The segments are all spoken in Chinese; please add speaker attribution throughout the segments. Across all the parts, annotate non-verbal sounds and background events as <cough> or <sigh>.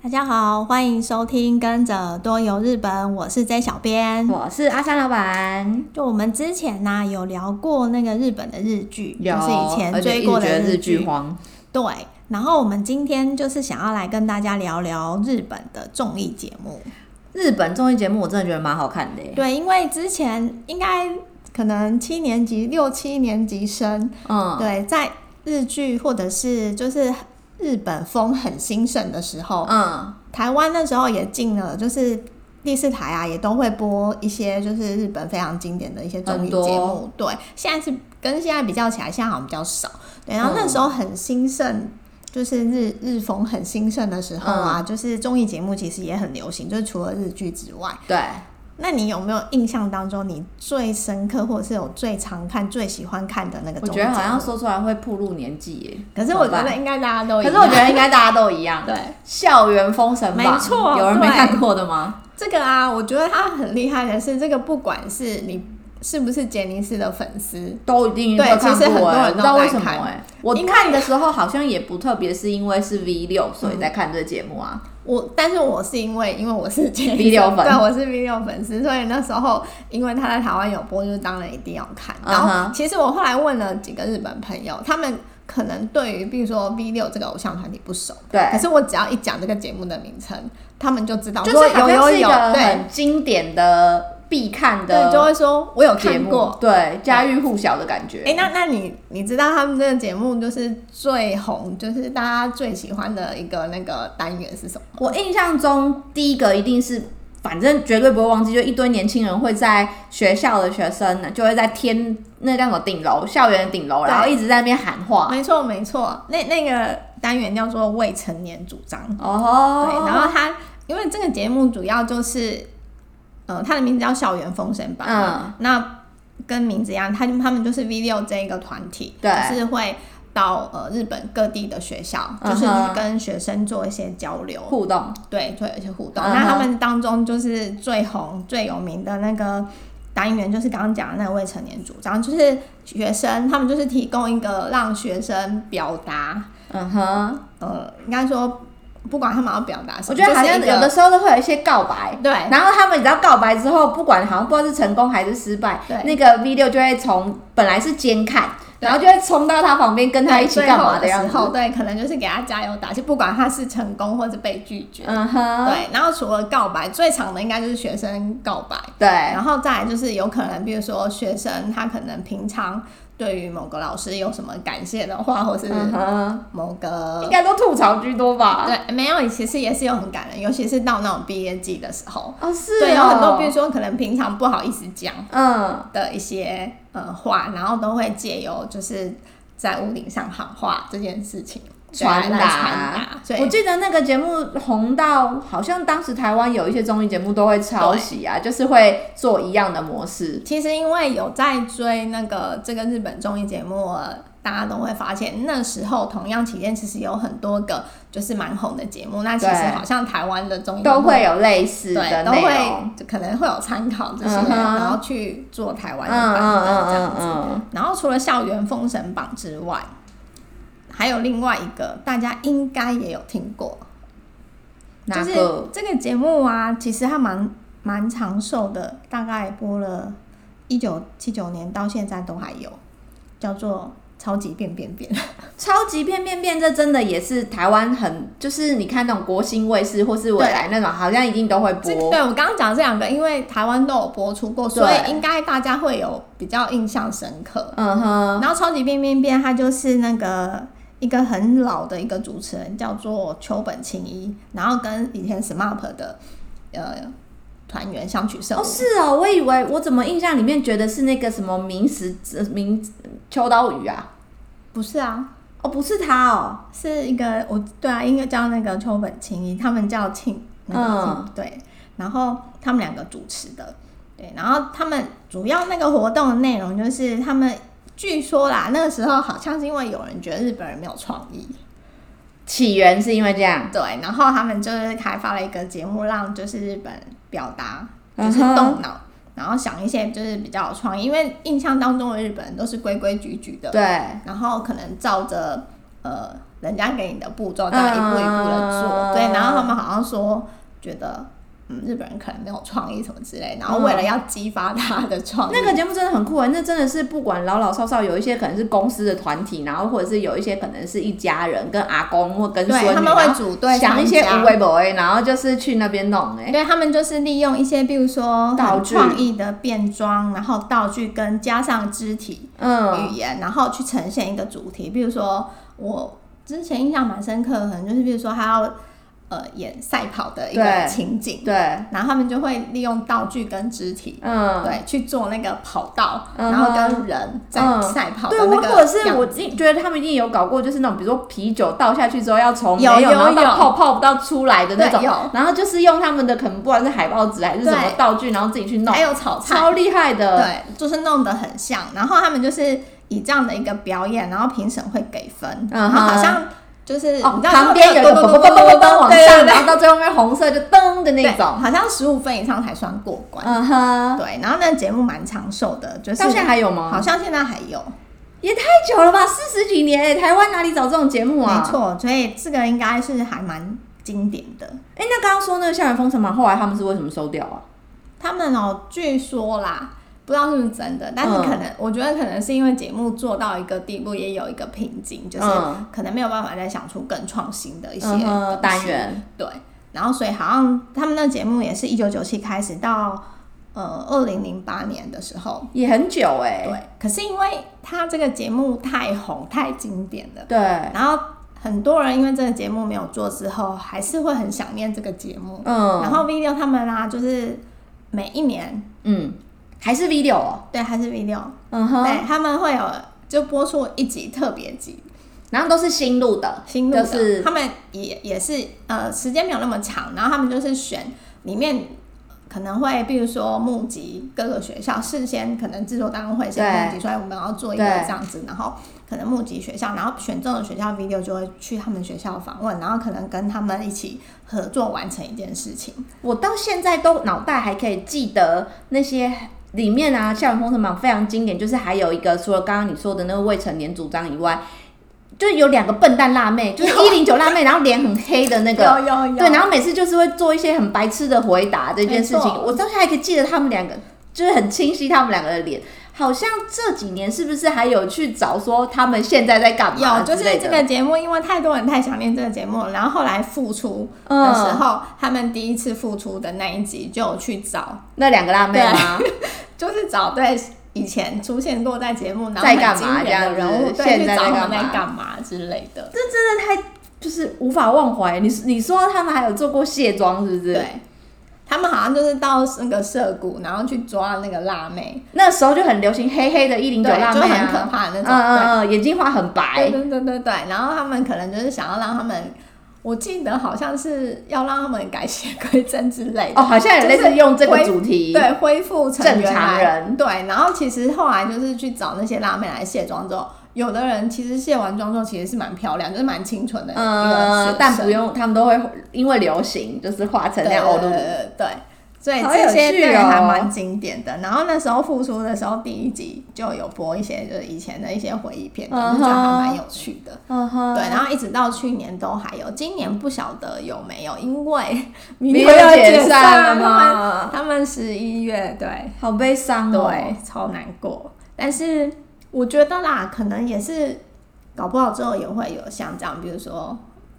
Speaker 1: 大家好，欢迎收听《跟着多游日本》，我是 J 小编。
Speaker 2: 我是阿三老板，
Speaker 1: 就我们之前呢、有聊过那个日本的日剧，就
Speaker 2: 有
Speaker 1: 是以前
Speaker 2: 而且
Speaker 1: 追
Speaker 2: 一直
Speaker 1: 过
Speaker 2: 觉
Speaker 1: 的
Speaker 2: 得日剧
Speaker 1: 剧。
Speaker 2: 荒，
Speaker 1: 对，然后我们今天就是想要来跟大家聊聊日本的综艺节目。
Speaker 2: 日本综艺节目我真的觉得蛮好看的耶。
Speaker 1: 对，因为之前应该可能七年级、六七年级生，
Speaker 2: 嗯，
Speaker 1: 对，在日剧或者是就是日本风很兴盛的时候，
Speaker 2: 嗯，
Speaker 1: 台湾那时候也进了，就是第四台啊，也都会播一些就是日本非常经典的一些综艺节
Speaker 2: 很
Speaker 1: 目。对，现在是跟现在比较起来，现在好像比较少。对，然后
Speaker 2: 嗯
Speaker 1: 那时候很兴盛。就是日日风很兴盛的时候
Speaker 2: 嗯
Speaker 1: 啊，就是综艺节目其实也很流行，就是除了日剧之外，
Speaker 2: 对，
Speaker 1: 那你有没有印象当中你最深刻，或者是有最常看、最喜欢看的那个
Speaker 2: 我
Speaker 1: 综艺节
Speaker 2: 觉
Speaker 1: 目？
Speaker 2: 得好像说出来会暴露年纪耶。
Speaker 1: 可是我
Speaker 2: 怎么
Speaker 1: 觉得
Speaker 2: 办，
Speaker 1: 应该大家都一
Speaker 2: 可
Speaker 1: 样，
Speaker 2: 是我觉得应该大家都一样。
Speaker 1: 对，
Speaker 2: 校园封神榜，
Speaker 1: 没错
Speaker 2: 有人没
Speaker 1: 对
Speaker 2: 看过的吗？
Speaker 1: 这个啊，我觉得他很厉害的是，这个不管是你是不是杰尼斯的粉丝，
Speaker 2: 都一定会
Speaker 1: 对
Speaker 2: 看
Speaker 1: 其
Speaker 2: 过
Speaker 1: 实很多
Speaker 2: 耶
Speaker 1: 人
Speaker 2: 不知道
Speaker 1: 都在
Speaker 2: 为什么
Speaker 1: 看
Speaker 2: 哎。我
Speaker 1: 因为
Speaker 2: 看的时候好像也不特别是因为是 V 六，所以
Speaker 1: 嗯
Speaker 2: 在看这个节目啊。
Speaker 1: 我但是我是因为因为我是杰尼
Speaker 2: V 六粉
Speaker 1: 对，我是 V 六粉丝，所以那时候因为他在台湾有播，就是当然一定要看。然
Speaker 2: 嗯
Speaker 1: 后
Speaker 2: 哼
Speaker 1: 其实我后来问了几个日本朋友，他们可能对于比如说 V 六这个偶像团体不熟，
Speaker 2: 对，
Speaker 1: 可是我只要一讲这个节目的名称，他们就知道，
Speaker 2: 就是
Speaker 1: 说
Speaker 2: 好
Speaker 1: 有
Speaker 2: 像
Speaker 1: 有
Speaker 2: 是一
Speaker 1: 有，
Speaker 2: 个
Speaker 1: 对
Speaker 2: 很经典的必看的
Speaker 1: 对，就会说我有
Speaker 2: 节
Speaker 1: 看过
Speaker 2: 目，，对，家喻户晓的感觉。
Speaker 1: 哎、那那你你知道他们这个节目就是最红，就是大家最喜欢的一个那个单元是什么？
Speaker 2: 我印象中第一个一定是，反正绝对不会忘记，就一堆年轻人会在学校的学生呢，就会在天那叫什么顶楼，校园的顶楼，
Speaker 1: 对
Speaker 2: 然后一直在那边喊话。
Speaker 1: 没错没错，那那个单元叫做未成年主张。
Speaker 2: 哦，
Speaker 1: 对，然后他因为这个节目主要就是，呃，它的名字叫校园封神榜。
Speaker 2: 嗯，
Speaker 1: 那跟名字一样，他他们就是 V 六这一个团体，
Speaker 2: 对
Speaker 1: 就是会到呃日本各地的学校，就
Speaker 2: 嗯
Speaker 1: 是
Speaker 2: 哼
Speaker 1: 跟学生做一些交流。
Speaker 2: 互动，
Speaker 1: 对，做一些互动。
Speaker 2: 嗯哼
Speaker 1: 那他们当中就是最红、最有名的那个单元，就是刚刚讲的那个未成年主张，就是学生他们就是提供一个让学生表达，
Speaker 2: 嗯哼，
Speaker 1: 呃，应该说不管他们要表达什么，
Speaker 2: 我觉得好
Speaker 1: 就是
Speaker 2: 像
Speaker 1: 一个
Speaker 2: 有的时候都会有一些告白。
Speaker 1: 对
Speaker 2: 然后他们只要告白之后，不管好像不知道是成功还是失败
Speaker 1: 对，
Speaker 2: 那个 V 六就会从本来是监看，然后就会冲到他旁边跟他一起
Speaker 1: 最
Speaker 2: 干
Speaker 1: 后
Speaker 2: 嘛
Speaker 1: 的
Speaker 2: 样
Speaker 1: 时候，
Speaker 2: 子。
Speaker 1: 对，可能就是给他加油打气，不管他是成功或者被拒绝。
Speaker 2: 嗯哼，
Speaker 1: 对，然后除了告白，最长的应该就是学生告白。
Speaker 2: 对，
Speaker 1: 然后再来就是有可能，比如说学生他可能平常对于某个老师有什么感谢的话，或是
Speaker 2: 嗯哼，
Speaker 1: 某
Speaker 2: 应
Speaker 1: 个、
Speaker 2: 该都吐槽居多吧？
Speaker 1: 对没有，其实也是有很感人，尤其是到那种毕业季的时候，
Speaker 2: 哦，是哦
Speaker 1: 对，有很多比如说可能平常不好意思讲
Speaker 2: 嗯，
Speaker 1: 的一些呃话，然后都会借由就是在屋顶上喊话这件事情对来
Speaker 2: 传
Speaker 1: 来
Speaker 2: 达
Speaker 1: 传达，。所
Speaker 2: 我
Speaker 1: 以
Speaker 2: 记得那个节目红到，好像当时台湾有一些综艺节目都会抄袭啊，就是会做一样的模式。
Speaker 1: 其实因为有在追那个这个日本综艺节目，呃大家都会发现那时候同样期间其实有很多个就是蛮红的节目，那其实
Speaker 2: 对
Speaker 1: 好像台湾的综艺节目
Speaker 2: 都会有类似的
Speaker 1: 对都
Speaker 2: 内
Speaker 1: 会
Speaker 2: 容，
Speaker 1: 就可能会有参考这些，
Speaker 2: 嗯哼
Speaker 1: 然后去做台
Speaker 2: 嗯
Speaker 1: 湾的
Speaker 2: 嗯
Speaker 1: 版本
Speaker 2: 嗯
Speaker 1: 这样
Speaker 2: 嗯
Speaker 1: 子。
Speaker 2: 嗯，
Speaker 1: 然后除了校园封神榜之外，还有另外一个大家应该也有听过，
Speaker 2: 哪
Speaker 1: 就是
Speaker 2: 个？
Speaker 1: 这个节目啊，其实它蛮蛮长寿的，大概播了一九七九年到现在都还有，叫做《超级变变
Speaker 2: <laughs>
Speaker 1: 变》。
Speaker 2: 超级变变变，这真的也是台湾很，就是你看那种国新卫视或是未来那种，好像一定都会
Speaker 1: 这
Speaker 2: 播。
Speaker 1: 对我刚刚讲这两个，因为台湾都有播出过，所以
Speaker 2: 对
Speaker 1: 应该大家会有比较印象深刻。
Speaker 2: 嗯哼，
Speaker 1: 然后《超级变变变》它就是那个一个很老的一个主持人，叫做秋本清一，然后跟以前 SMAP 的呃团员相取胜
Speaker 2: 哦，
Speaker 1: 舞。
Speaker 2: 是哦，我以为我怎么印象里面觉得是那个什么明石呃明秋刀鱼啊？
Speaker 1: 不是啊，
Speaker 2: 哦，不是他哦，
Speaker 1: 是一个我对啊，应该叫那个秋本清一，他们叫庆，那个
Speaker 2: 嗯
Speaker 1: 庆、对，然后他们两个主持的，对，然后他们主要那个活动的内容就是他们。据说啦，那个时候好像是因为有人觉得日本人没有创意，
Speaker 2: 起源是因为这样，
Speaker 1: 对，然后他们就是开发了一个节目，让就是日本表达，就
Speaker 2: 嗯
Speaker 1: 是
Speaker 2: 哼
Speaker 1: 动脑，然后想一些就是比较有创意，因为印象当中的日本人都是规规矩矩的，
Speaker 2: 对，
Speaker 1: 然后可能照着呃人家给你的步骤，这样一步一步的做，
Speaker 2: 嗯
Speaker 1: 对，然后他们好后说觉得。嗯，日本人可能没有创意什么之类，然后为了要激发他的创意，
Speaker 2: 那个节目真的很酷哎、那真的是不管老老少少，有一些可能是公司的团体，然后或者是有一些可能是一家人跟阿公或跟孙女，
Speaker 1: 对他们
Speaker 2: 然
Speaker 1: 会
Speaker 2: 后
Speaker 1: 组队
Speaker 2: 想一些
Speaker 1: 参加
Speaker 2: 无为不为，然后就是去那边弄哎、
Speaker 1: 对他们就是利用一些，比如说
Speaker 2: 道
Speaker 1: 很
Speaker 2: 具
Speaker 1: 创意的变装，然后道具跟加上肢体
Speaker 2: 嗯
Speaker 1: 语言，然后去呈现一个主题。比如说我之前印象蛮深刻，可能就是比如说他要呃演赛跑的一个
Speaker 2: 对
Speaker 1: 情景，
Speaker 2: 对，
Speaker 1: 然后他们就会利用道具跟肢体。
Speaker 2: 嗯。
Speaker 1: 对，去做那个跑道，
Speaker 2: 嗯哼
Speaker 1: 然后跟人在
Speaker 2: 嗯
Speaker 1: 赛跑的
Speaker 2: 对，
Speaker 1: 那个
Speaker 2: 我
Speaker 1: 样子、
Speaker 2: 或者是我一觉得他们一定有搞过，就是那种比如说啤酒倒下去之后要从没
Speaker 1: 有有
Speaker 2: 然后
Speaker 1: 有
Speaker 2: 到泡泡到出来的那
Speaker 1: 对
Speaker 2: 种，
Speaker 1: 有，
Speaker 2: 然后就是用他们的可能不管是海报纸还是什么
Speaker 1: 对
Speaker 2: 道具，然后自己去弄
Speaker 1: 还，有炒菜，
Speaker 2: 超厉害的。
Speaker 1: 对，就是弄得很像。然后他们就是以这样的一个表演，然后评审会给分，
Speaker 2: 嗯
Speaker 1: 然后好
Speaker 2: 哼
Speaker 1: 像就是你知
Speaker 2: 哦，
Speaker 1: 道
Speaker 2: 旁边有一个
Speaker 1: 咚
Speaker 2: 嘣
Speaker 1: 咚咚咚
Speaker 2: 嘣嘣嘣
Speaker 1: 咚
Speaker 2: 嘣往
Speaker 1: 对
Speaker 2: 上，
Speaker 1: 对对
Speaker 2: 然后到最后面红色就噔的那
Speaker 1: 对
Speaker 2: 种。
Speaker 1: 好像十五分以上才算过关。
Speaker 2: 嗯哼，
Speaker 1: 对，然后那节目蛮长寿的，就是
Speaker 2: 到现在还有啊吗？
Speaker 1: 好像现在还有，
Speaker 2: 也太久了吧，四十几年、欸台湾哪里找这种节目啊？
Speaker 1: 没。错，所以这个应该是还蛮经典的。
Speaker 2: 哎、那刚刚说那个校园封城嘛，后来他们是为什么收掉啊？
Speaker 1: 他们哦，据说啦。不知道是不是真的，但是可能、
Speaker 2: 嗯
Speaker 1: 我觉得可能是因为节目做到一个地步，也有一个瓶颈，就是
Speaker 2: 嗯
Speaker 1: 可能没有办法再想出更创新的一些
Speaker 2: 嗯哼，
Speaker 1: 东西
Speaker 2: 单元。
Speaker 1: 对，然后所以好像他们那节目也是一九九七开始到呃二零零八年的时候，
Speaker 2: 也很久哎、
Speaker 1: 对。可是因为他这个节目太红太经典了，
Speaker 2: 对，
Speaker 1: 然后很多人因为这个节目没有做之后，还是会很想念这个节目。
Speaker 2: 嗯，
Speaker 1: 然后 video 他们啦、就是每一年
Speaker 2: 嗯，还是 video 哦，
Speaker 1: 对还是 video，、
Speaker 2: 嗯哼，
Speaker 1: 对他们会有就播出一集特别集。
Speaker 2: 然后都是新录的，
Speaker 1: 新录的，
Speaker 2: 就是
Speaker 1: 他们也也是呃时间没有那么长，然后他们就是选里面可能会，比如说募集各个学校，事先可能制作单位会先募集出来，我们要做一个
Speaker 2: 对
Speaker 1: 这样子，然后可能募集学校，然后选中的学校 video 就会去他们学校访问，然后可能跟他们一起合作完成一件事情。
Speaker 2: 我到现在都脑袋还可以记得那些里面啊，校园封神榜非常经典，就是还有一个除了刚刚你说的那个未成年主张以外，就是有两个笨蛋
Speaker 1: <laughs>
Speaker 2: 辣妹，就是一零九辣妹，然后脸很黑的那个。
Speaker 1: 有有
Speaker 2: 对，然后每次就是会做一些很白痴的回答这件事
Speaker 1: 没
Speaker 2: 情，
Speaker 1: 错
Speaker 2: 我到现在还可以记得他们两个，就是很清晰他们两个的脸。好像这几年是不是还有去找说他们现在在干嘛？
Speaker 1: 有，就是这个，节目，因为太多人太想念这个节目了，然后后来复出的时
Speaker 2: 嗯，
Speaker 1: 候，他们第一次复出的那一集就有去找
Speaker 2: 那两个辣
Speaker 1: 啊
Speaker 2: 妹吗？
Speaker 1: <laughs> 就是找对以前出现过在节目，然后
Speaker 2: 在干
Speaker 1: 很
Speaker 2: 嘛
Speaker 1: 经典的
Speaker 2: 这样
Speaker 1: 人物，
Speaker 2: 子
Speaker 1: 对，去
Speaker 2: 现在
Speaker 1: 找
Speaker 2: 在
Speaker 1: 他们
Speaker 2: 干嘛
Speaker 1: 在干嘛之类的。
Speaker 2: 这真的太就是无法忘怀。你你说他们还有做过卸妆，是不是？
Speaker 1: 对，他们好像就是到那个涩谷，然后去抓那个辣妹，
Speaker 2: 那时候就很流行黑黑的一零九
Speaker 1: 对，
Speaker 2: 辣
Speaker 1: 就
Speaker 2: 妹
Speaker 1: 很可
Speaker 2: 啊，
Speaker 1: 怕的
Speaker 2: 嗯
Speaker 1: 那种。
Speaker 2: 嗯嗯，眼睛画很
Speaker 1: 对
Speaker 2: 白，
Speaker 1: 对对对对，然后他们可能就是想要让他们，我记得好像是要让他们改邪归正之类的，
Speaker 2: 哦，好像也类
Speaker 1: 就
Speaker 2: 似
Speaker 1: 是
Speaker 2: 用这个
Speaker 1: 恢
Speaker 2: 主题，
Speaker 1: 对，恢复成
Speaker 2: 正
Speaker 1: 原
Speaker 2: 常
Speaker 1: 来
Speaker 2: 人
Speaker 1: 对，然后其实后来就是去找那些辣妹来卸妆之后，有的人其实卸完妆之后其实是蛮漂亮，就是蛮清纯的一个学
Speaker 2: 嗯
Speaker 1: 生，
Speaker 2: 但不用，他们都会因为流行就是画
Speaker 1: 对
Speaker 2: 成那
Speaker 1: 对
Speaker 2: 样欧陆
Speaker 1: 对。对对，所以
Speaker 2: 好有
Speaker 1: 这些
Speaker 2: 趣
Speaker 1: 对
Speaker 2: 哦
Speaker 1: 还蛮经典的。然后那时候复出的时候，第一集就有播一些就是以前的一些回忆片段，我就觉得还蛮有趣的。
Speaker 2: 嗯哼，
Speaker 1: 对，然后一直到去年都还有，今年不晓得有没有，因
Speaker 2: <laughs>
Speaker 1: 为明
Speaker 2: 没
Speaker 1: 天
Speaker 2: 有
Speaker 1: 要
Speaker 2: 解
Speaker 1: 散
Speaker 2: 散了
Speaker 1: 他们
Speaker 2: 吗？
Speaker 1: 他们十一月对。
Speaker 2: 好悲伤哦。
Speaker 1: 对，超难过。但是我觉得啦，可能也是搞不好之后也会有像这样，比如说，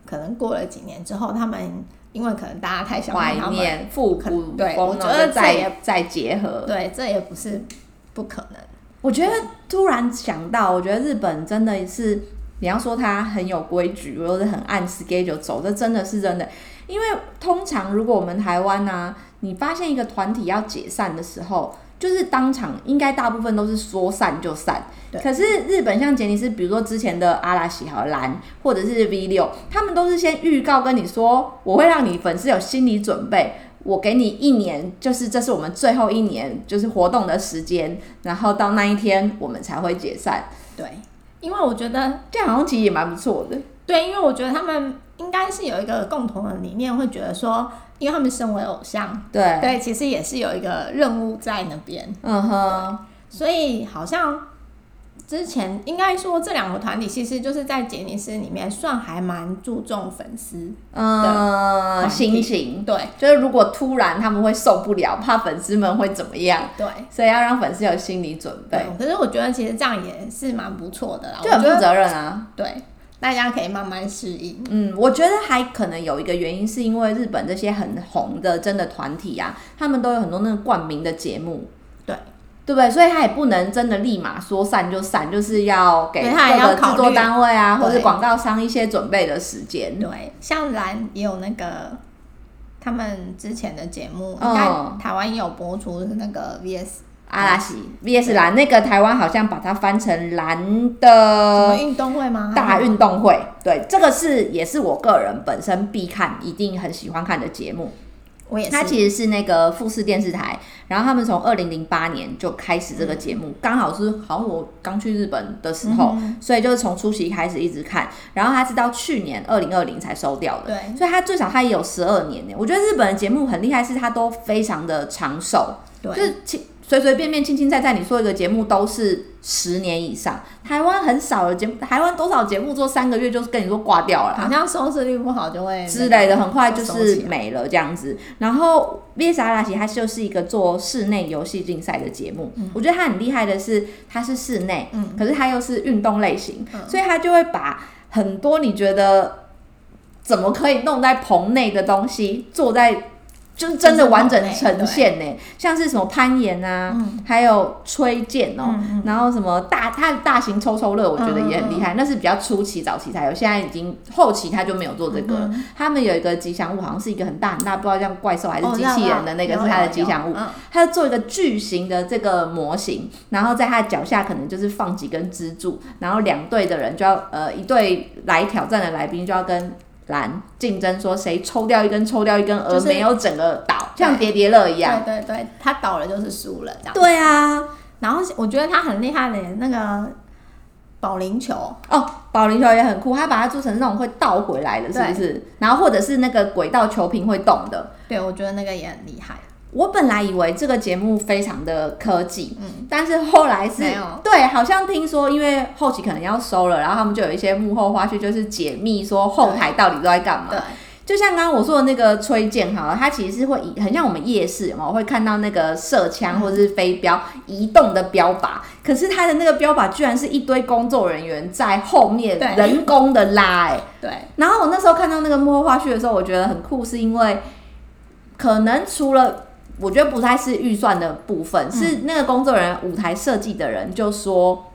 Speaker 1: 可能过了几年之后，他们因为可能大家太想
Speaker 2: 怀
Speaker 1: 念他们，
Speaker 2: 念复古风，
Speaker 1: 对
Speaker 2: 然后
Speaker 1: 我觉得这
Speaker 2: 就再
Speaker 1: 也
Speaker 2: 再结合，
Speaker 1: 对，这也不是不可能。
Speaker 2: 我觉得突然想到，我觉得日本真的是，你要说它很有规矩，或者是很按 schedule 走，这真的是真的。因为通常如果我们台湾呢、你发现一个团体要解散的时候，就是当场应该大部分都是说散就散。
Speaker 1: 对
Speaker 2: 可是日本像杰尼斯，比如说之前的阿拉西好兰，或者是 V 六，他们都是先预告跟你说，我会让你粉丝有心理准备，我给你一年，就是这是我们最后一年就是活动的时间，然后到那一天我们才会解散。
Speaker 1: 对，因为我觉得，
Speaker 2: 这样好像其实也蛮不错的。
Speaker 1: 对，因为我觉得他们应该是有一个共同的理念，会觉得说，因为他们身为偶像，
Speaker 2: 对，
Speaker 1: 对，其实也是有一个任务在那边，
Speaker 2: 嗯哼，
Speaker 1: 所以好像之前应该说这两个团体其实就是在杰尼斯里面算还蛮注重粉丝，
Speaker 2: 嗯，
Speaker 1: 团
Speaker 2: 心
Speaker 1: 体
Speaker 2: 情
Speaker 1: 对
Speaker 2: 就是如果突然他们会受不了，怕粉丝们会怎么样，
Speaker 1: 对
Speaker 2: 所以要让粉丝有心理准备，
Speaker 1: 可是我觉得其实这样也是蛮不错的啦，
Speaker 2: 就很
Speaker 1: 我觉
Speaker 2: 负
Speaker 1: 得
Speaker 2: 责任啊。
Speaker 1: 对，大家可以慢慢适应。
Speaker 2: 嗯，我觉得还可能有一个原因，是因为日本这些很红的真的团体啊，他们都有很多那个冠名的节目，
Speaker 1: 对
Speaker 2: 对不对？所以他也不能真的立马说散就散，就是要给
Speaker 1: 对他也
Speaker 2: 各
Speaker 1: 要
Speaker 2: 个制
Speaker 1: 考
Speaker 2: 作
Speaker 1: 虑
Speaker 2: 单位啊，或者
Speaker 1: 对
Speaker 2: 广告商一些准备的时间。
Speaker 1: 对，像蓝也有那个他们之前的节目，
Speaker 2: 嗯
Speaker 1: 应该台湾也有播出那个 VS
Speaker 2: 阿拉西 VS 蓝，那个台湾好像把它翻成蓝
Speaker 1: 什
Speaker 2: 的
Speaker 1: 么运动会吗？
Speaker 2: 呃大运动会，对，这个是也是我个人本身必看，一定很喜欢看的节目。
Speaker 1: 我也是，
Speaker 2: 它其实是那个富士电视台，然后他们从二零零八年就开始这个节
Speaker 1: 嗯
Speaker 2: 目，刚、好是好像我刚去日本的时候，所以就是从初期开始一直看，然后它是到去年二零二零才收掉的，
Speaker 1: 对
Speaker 2: 所以它最少它也有十二年呢。我觉得日本的节目很厉害，是它都非常的长寿，
Speaker 1: 对
Speaker 2: 就是轻随随便便、轻轻菜菜，你说一个节目都是十年以上。台湾很少的节目，台湾多少节目做三个月就是跟你说挂掉了啦
Speaker 1: 好像收视率不好就会
Speaker 2: 之类的，很快就
Speaker 1: 收起
Speaker 2: 是
Speaker 1: 来
Speaker 2: 没了这样子。然后 VS 阿拉奇它就是一个做室内游戏竞赛的节目，我觉得它很厉害的是它是室内，
Speaker 1: 嗯
Speaker 2: 可是它又是运动类型，
Speaker 1: 嗯
Speaker 2: 所以它就会把很多你觉得怎么可以弄在棚内的东西做在。就是真的完整呈现呢，像是什么攀岩啊，还有吹剑哦、
Speaker 1: 嗯
Speaker 2: 然后什么大它的大型抽抽乐，我觉得也很厉害，那是比较初期早期才有，现在已经后期它就没有做这个了。
Speaker 1: 嗯
Speaker 2: 他们有一个吉祥物，好像是一个很大很大，不知道像怪兽还是
Speaker 1: 哦
Speaker 2: 机器人的那个
Speaker 1: 有
Speaker 2: 是它的
Speaker 1: 有
Speaker 2: 吉祥
Speaker 1: 有
Speaker 2: 物。
Speaker 1: 嗯
Speaker 2: 它做一个巨型的这个模型，然后在它的脚下可能就是放几根支柱，然后两队的人就要呃一队来挑战的来宾就要跟蓝竞争，说谁抽掉一根抽掉一根，而
Speaker 1: 就是
Speaker 2: 没有整个倒，像
Speaker 1: 对
Speaker 2: 叠叠乐一样。
Speaker 1: 对对对，他倒了就是输了这样。
Speaker 2: 对啊，
Speaker 1: 然后我觉得他很厉害的那个保龄球，
Speaker 2: 哦，保龄球也很酷，他把它做成那种会倒回来的，是不是？然后或者是那个轨道球瓶会动的，
Speaker 1: 对我觉得那个也很厉害。
Speaker 2: 我本来以为这个节目非常的科技，
Speaker 1: 嗯
Speaker 2: 但是后来是
Speaker 1: 没有
Speaker 2: 对，好像听说因为后期可能要收了，然后他们就有一些幕后花絮，就是解密说后台到底都在干嘛
Speaker 1: 对。，
Speaker 2: 就像刚刚我说的那个吹剑，好了，它其实是会以很像我们夜市嘛，会看到那个射枪或者是飞镖移动的标靶，可是它的那个标靶居然是一堆工作人员在后面
Speaker 1: 对
Speaker 2: 人工的拉、哎。
Speaker 1: 对，
Speaker 2: 然后我那时候看到那个幕后花絮的时候，我觉得很酷，是因为可能除了我觉得不太是预算的部分，
Speaker 1: 嗯
Speaker 2: 是那个工作人员舞台设计的人就说。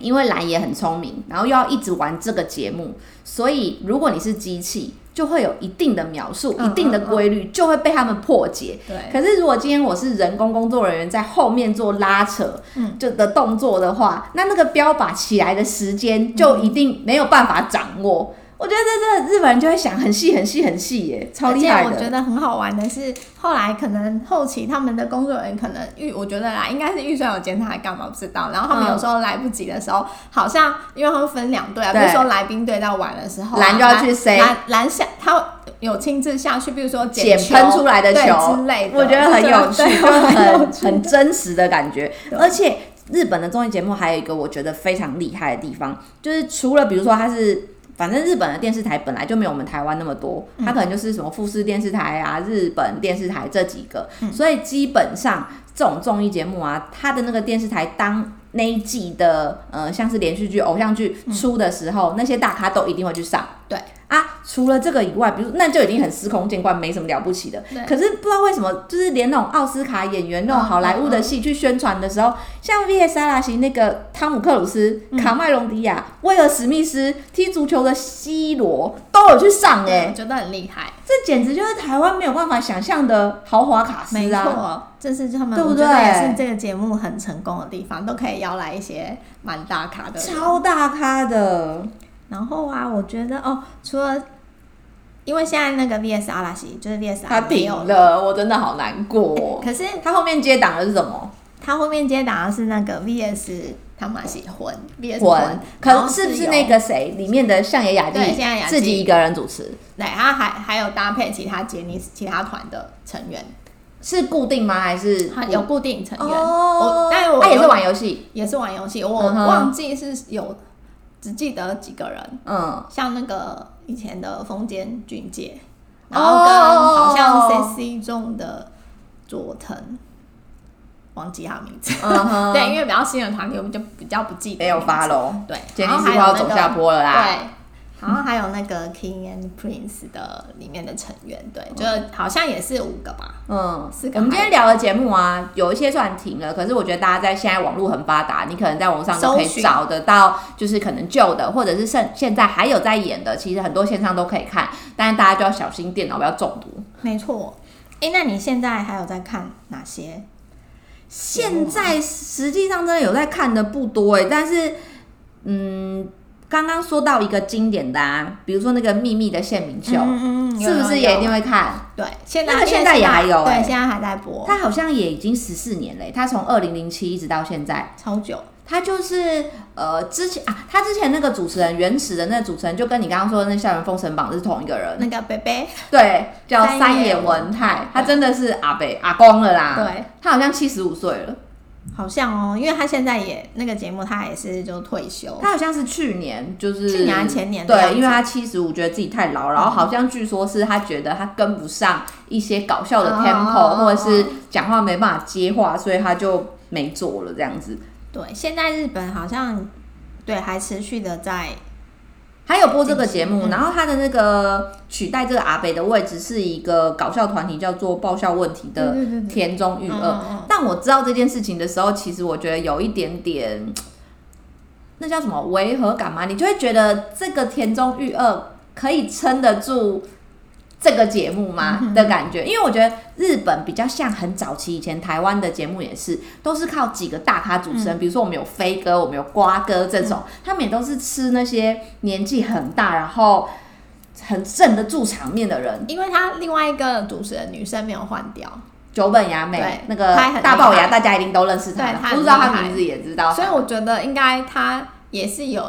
Speaker 2: 因为蓝也很聪明，然后又要一直玩这个节目，所以如果你是机器，就会有一定的描述、
Speaker 1: 嗯
Speaker 2: 一定的规律，就会被他们破解。
Speaker 1: 对，
Speaker 2: 可是如果今天我是人工工作人员在后面做拉扯，
Speaker 1: 嗯
Speaker 2: 就的动作的话，那那个标靶起来的时间就一定没有办法掌握。我觉得这这日本人就会想很细很细很细耶，超厉害
Speaker 1: 而且我觉
Speaker 2: 的。
Speaker 1: 得很好玩的是，后来可能后期他们的工作人员可能预，我觉得啦，应该是预算有检查还干嘛不知道。然后他们
Speaker 2: 嗯
Speaker 1: 有时候来不及的时候，好像因为他们分两队啊，比
Speaker 2: 对
Speaker 1: 如说来宾队到晚的时候啊，
Speaker 2: 蓝就要去塞
Speaker 1: 蓝蓝下他有亲自下去，比如说
Speaker 2: 捡
Speaker 1: 球
Speaker 2: 喷出来的
Speaker 1: 对
Speaker 2: 球
Speaker 1: 之类的，
Speaker 2: 我觉得很有趣，
Speaker 1: 对
Speaker 2: 就
Speaker 1: 对很有
Speaker 2: 很
Speaker 1: 趣
Speaker 2: 很真实的感觉。
Speaker 1: 对
Speaker 2: 而且日本的综艺节目还有一个我觉得非常厉害的地方，就是除了比如说它是。反正日本的电视台本来就没有我们台湾那么多，
Speaker 1: 嗯
Speaker 2: 它可能就是什么富士电视台啊、日本电视台这几个，
Speaker 1: 嗯
Speaker 2: 所以基本上这种综艺节目啊，它的那个电视台当那一季的呃像是连续剧、偶像剧出的时候，那些大咖都一定会去上。
Speaker 1: 嗯对
Speaker 2: 啊，除了这个以外，比如那就已经很司空见惯，没什么了不起的。
Speaker 1: 对
Speaker 2: 可是不知道为什么，就是连那种奥斯卡演员、那种
Speaker 1: 嗯
Speaker 2: 好莱坞的
Speaker 1: 嗯
Speaker 2: 戏去宣传的时候，像 V.S. 阿拉西那个汤姆克鲁斯、
Speaker 1: 嗯
Speaker 2: 卡麦隆迪亚、威尔史密斯、踢足球的 C 罗都有去上哎、
Speaker 1: 对我觉得很厉害。
Speaker 2: 这简直就是台湾没有办法想象的豪华卡司
Speaker 1: 没
Speaker 2: 啊！
Speaker 1: 错，这是他们
Speaker 2: 对不
Speaker 1: 我觉得也
Speaker 2: 对
Speaker 1: 是这个节目很成功的地方，都可以邀来一些蛮大咖的人。
Speaker 2: 超大咖的，
Speaker 1: 然后啊，我觉得哦，除了因为现在那个 VS 阿拉西就是 VS 阿
Speaker 2: 他
Speaker 1: 拉西没
Speaker 2: 顶
Speaker 1: 有，
Speaker 2: 了，我真的好难过。
Speaker 1: 可是
Speaker 2: 他后面接档的是什么？
Speaker 1: 他后面接档的是那个 VS 他马西魂 VS
Speaker 2: 魂
Speaker 1: 魂，，然
Speaker 2: 可
Speaker 1: 后
Speaker 2: 是不是
Speaker 1: 有
Speaker 2: 那个谁里面的相野雅
Speaker 1: 对
Speaker 2: 纪
Speaker 1: 相野雅纪
Speaker 2: 自己一个人主持？
Speaker 1: 对，他还还有搭配其他杰尼斯其他团的成员，
Speaker 2: 是固定吗？还是
Speaker 1: 它有固定成员，我，
Speaker 2: 哦
Speaker 1: 但我
Speaker 2: 他也是
Speaker 1: 有
Speaker 2: 玩游戏，
Speaker 1: 也是玩游戏，我
Speaker 2: 嗯哼
Speaker 1: 忘记是有，只记得几个人，
Speaker 2: 嗯，
Speaker 1: 像那个以前的风间俊介，然后跟好像
Speaker 2: 哦
Speaker 1: CC 中的佐藤，忘记他名字。
Speaker 2: 嗯
Speaker 1: <laughs>
Speaker 2: 哼
Speaker 1: 对，因为比较新的团体，我们就比较不记得。
Speaker 2: 没有发。喽，
Speaker 1: 对，
Speaker 2: 杰
Speaker 1: 然
Speaker 2: 尼
Speaker 1: 后
Speaker 2: 斯
Speaker 1: 还
Speaker 2: 快
Speaker 1: 有
Speaker 2: 要
Speaker 1: 那
Speaker 2: 走
Speaker 1: 个
Speaker 2: 下坡了啦，
Speaker 1: 对，然后还有那个 King and Prince 的里面的成员，对，就好像也是五个吧。
Speaker 2: 嗯，
Speaker 1: 四个
Speaker 2: 我们今天聊的节目啊，有一些虽然停了，可是我觉得大家在现在网络很发达，你可能在网上都可以
Speaker 1: 搜寻
Speaker 2: 找得到，就是可能旧的，或者是现现在还有在演的，其实很多线上都可以看，但是大家就要小心电脑不要中毒。
Speaker 1: 没错。哎，那你现在还有在看哪些？
Speaker 2: 现在实际上真的有在看的不多哎、但是嗯，刚刚说到一个经典的啊，比如说那个《秘密的县民秀》
Speaker 1: 嗯嗯嗯有
Speaker 2: 是不是
Speaker 1: 有
Speaker 2: 也
Speaker 1: 有
Speaker 2: 一定会看？
Speaker 1: 对，现在
Speaker 2: 那个
Speaker 1: 因为
Speaker 2: 现在也还有欸
Speaker 1: 对，现在还在播，
Speaker 2: 他好像也已经十四年嘞、他从二零零七一直到现在，
Speaker 1: 超久。
Speaker 2: 他就是呃之前啊，他之前那个主持人原始的那个主持人，就跟你刚刚说的那校园封神榜是同一个人，
Speaker 1: 那个贝贝，
Speaker 2: 对，叫
Speaker 1: 三
Speaker 2: 三
Speaker 1: 野
Speaker 2: 野文
Speaker 1: 文
Speaker 2: 泰
Speaker 1: 泰，
Speaker 2: 他真的是阿北阿公了啦，，
Speaker 1: 对，
Speaker 2: 他好像七十五岁了，
Speaker 1: 好像哦，因为他现在也那个节目，他也是就退休。
Speaker 2: 他好像是去年就是
Speaker 1: 去年还前年的样
Speaker 2: 对，
Speaker 1: 子
Speaker 2: 因为他七十五，觉得自己太老，然后好像据说是他觉得他跟不上一些搞笑的
Speaker 1: 哦
Speaker 2: tempo，、或者是讲话没办法接话，所以他就没做了这样子。
Speaker 1: 对，现在日本好像对还持续的在
Speaker 2: 还有播这个节
Speaker 1: 嗯
Speaker 2: 目，然后他的那个取代这个阿北的位置是一个搞笑团体叫做爆笑问题的
Speaker 1: 对对对对
Speaker 2: 田中裕二。
Speaker 1: 嗯嗯嗯
Speaker 2: 但我知道这件事情的时候，其实我觉得有一点点，那叫什么违和感嘛？你就会觉得这个田中裕二可以撑得住。这个节目吗
Speaker 1: 嗯
Speaker 2: 的感觉？因为我觉得日本比较像很早期以前台湾的节目也是，都是靠几个大咖主
Speaker 1: 嗯
Speaker 2: 持人，比如说我们有飞哥，我们有瓜哥这种，他们也都是吃那些年纪很大，然后很镇得住场面的人。
Speaker 1: 因为他另外一个主持人女生没有换掉，
Speaker 2: 久本雅美
Speaker 1: 对
Speaker 2: 那个
Speaker 1: 她很厉害
Speaker 2: 大龅牙，大家一定都认识
Speaker 1: 对
Speaker 2: 她
Speaker 1: 她，很
Speaker 2: 不知道她
Speaker 1: 厉害
Speaker 2: 名字也知道她。
Speaker 1: 所以我觉得应该他也是有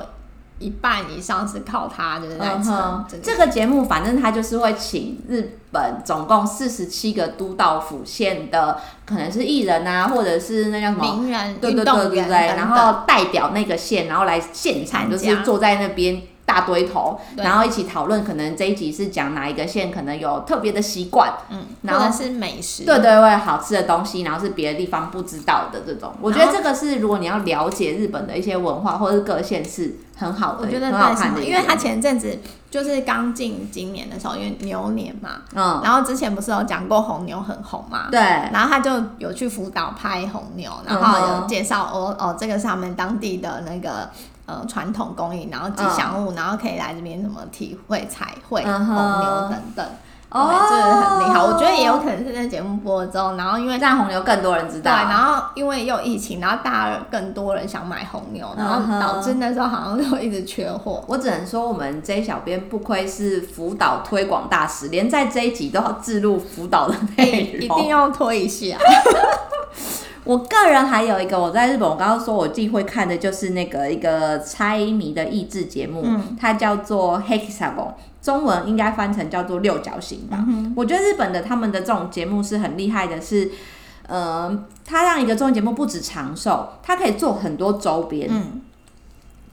Speaker 1: 一半以上是靠他就是在
Speaker 2: 嗯
Speaker 1: 撑
Speaker 2: 哼
Speaker 1: 这，个。
Speaker 2: 这个节目反正他就是会请日本总共四十七个都道府县的，可能是艺人啊，或者是那叫什么，
Speaker 1: 名人、
Speaker 2: 对
Speaker 1: 运
Speaker 2: 对对
Speaker 1: 动
Speaker 2: 对
Speaker 1: 员
Speaker 2: 对，
Speaker 1: 等等
Speaker 2: 然后代表那个县，然后来现场
Speaker 1: 参
Speaker 2: 就是
Speaker 1: 加
Speaker 2: 坐在那边大堆头，
Speaker 1: 对
Speaker 2: 然后一起讨论，可能这一集是讲哪一个县可能有特别的习惯，
Speaker 1: 嗯，
Speaker 2: 然
Speaker 1: 或
Speaker 2: 后
Speaker 1: 者是美食，
Speaker 2: 对对对，好吃的东西，然后是别的地方不知道的这种。我觉得
Speaker 1: 然后
Speaker 2: 这个是如果你要了解日本的一些文化或者是各县市，很好的，
Speaker 1: 我觉得
Speaker 2: 很好
Speaker 1: 对什
Speaker 2: 看
Speaker 1: 么，
Speaker 2: 的一
Speaker 1: 因
Speaker 2: 个，
Speaker 1: 为他前阵子就是刚进今年的时候，因为牛年嘛，
Speaker 2: 嗯，
Speaker 1: 然后之前不是有讲过红牛很红嘛，
Speaker 2: 对。
Speaker 1: 然后他就有去福岛拍红牛，然
Speaker 2: 嗯
Speaker 1: 后
Speaker 2: 哼
Speaker 1: 有介绍哦哦，这个是他们当地的那个呃传统工艺，然后吉祥物，然后可以来这边什么体会彩绘
Speaker 2: 嗯
Speaker 1: 红
Speaker 2: 哼
Speaker 1: 牛等等，
Speaker 2: 哦
Speaker 1: 对这个很厉害。我觉得也有可能是在节目播了之后，然后因为。
Speaker 2: 让红牛更多人知
Speaker 1: 对，然
Speaker 2: 道。
Speaker 1: 后因为又疫情，然后大家更多人想买红牛，然
Speaker 2: 嗯
Speaker 1: 后
Speaker 2: 哼
Speaker 1: 导致那时候好像就一直缺货。
Speaker 2: 我只能说，我们 J 小编不愧是辅导推广大使，连在这一集都要置入辅导的内容。
Speaker 1: 哎一定要推一下。
Speaker 2: 我个人还有一个，我在日本，我刚刚说我自己会看的就是那个一个猜谜的益智节目，
Speaker 1: 嗯
Speaker 2: 它叫做 Hexagon，中文应该翻成叫做六角形
Speaker 1: 嗯
Speaker 2: 吧。我觉得日本的他们的这种节目是很厉害的是。呃，它让一个综艺节目不止长寿，它可以做很多周边。
Speaker 1: 嗯，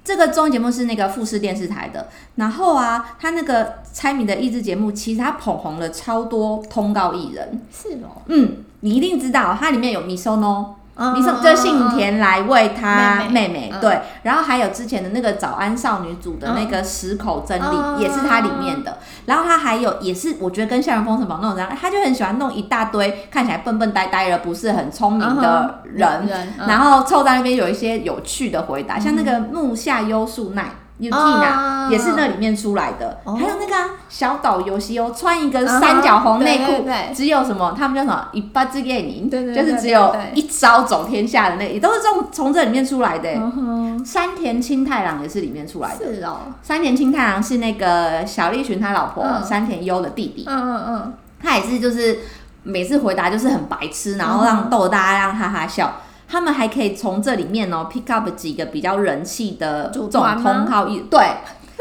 Speaker 2: 这个综艺节目是那个富士电视台的，然后啊，他那个猜谜的益智节目，其实他捧红了超多通告艺人。
Speaker 1: 是哦，
Speaker 2: 嗯，你一定知道，它里面有哦 Misono，
Speaker 1: 嗯
Speaker 2: Misono 就是幸田来为他
Speaker 1: 妹妹
Speaker 2: 妹妹，
Speaker 1: 嗯
Speaker 2: 对，然后还有之前的那个早安少女组的那个石口真理、
Speaker 1: 嗯
Speaker 2: 也是它里面的，然后他还有也是我觉得跟《校园封神榜》那种人，他就很喜欢弄一大堆看起来笨笨呆呆的、不是很聪明的
Speaker 1: 嗯哼
Speaker 2: 人，
Speaker 1: 人，嗯
Speaker 2: 然后凑在那边有一些有趣的回答，像那个木下优树奈。Yukina、
Speaker 1: 啊
Speaker 2: 也是那里面出来的，
Speaker 1: 哦
Speaker 2: 还有那个啊、小岛由希欧穿一个三角红内裤
Speaker 1: 嗯哼对对对
Speaker 2: 只有什么他们叫什么一巴之给你，
Speaker 1: 对对对
Speaker 2: 就是只有
Speaker 1: 对对对
Speaker 2: 一招走天下的那，也都是这种从这里面出来的、
Speaker 1: 嗯哼
Speaker 2: 山田清太郎也是里面出来的，
Speaker 1: 是哦，
Speaker 2: 山田清太郎是那个小栗旬他老婆、
Speaker 1: 嗯
Speaker 2: 山田优的弟弟，
Speaker 1: 嗯嗯
Speaker 2: 他也是就是每次回答就是很白痴，然后
Speaker 1: 嗯
Speaker 2: 让逗大家让哈哈笑。他们还可以从这里面哦 pick up 几个比较人气的
Speaker 1: 组
Speaker 2: 这种
Speaker 1: 团吗
Speaker 2: 通告艺，对，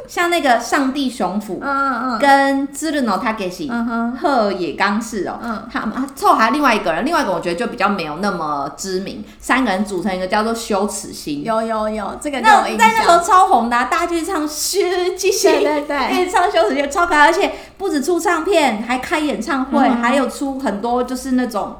Speaker 2: 像那个上帝雄
Speaker 1: 嗯
Speaker 2: 府
Speaker 1: 嗯嗯
Speaker 2: 跟知日诺他给西
Speaker 1: 嗯哼，
Speaker 2: 贺野刚士哦，
Speaker 1: 嗯
Speaker 2: 他们凑还另外一个人，另外一个我觉得就比较没有那么知名，三个人组成一个叫做羞耻心。
Speaker 1: 有有有，这个就
Speaker 2: 那
Speaker 1: 有印
Speaker 2: 在那时
Speaker 1: 象
Speaker 2: 候超红的、啊，大家就去唱《诗记》，
Speaker 1: 对对对，
Speaker 2: 一直唱羞耻心超可爱，而且不止出唱片，还开演唱会，
Speaker 1: 嗯
Speaker 2: 还有出很多就是那种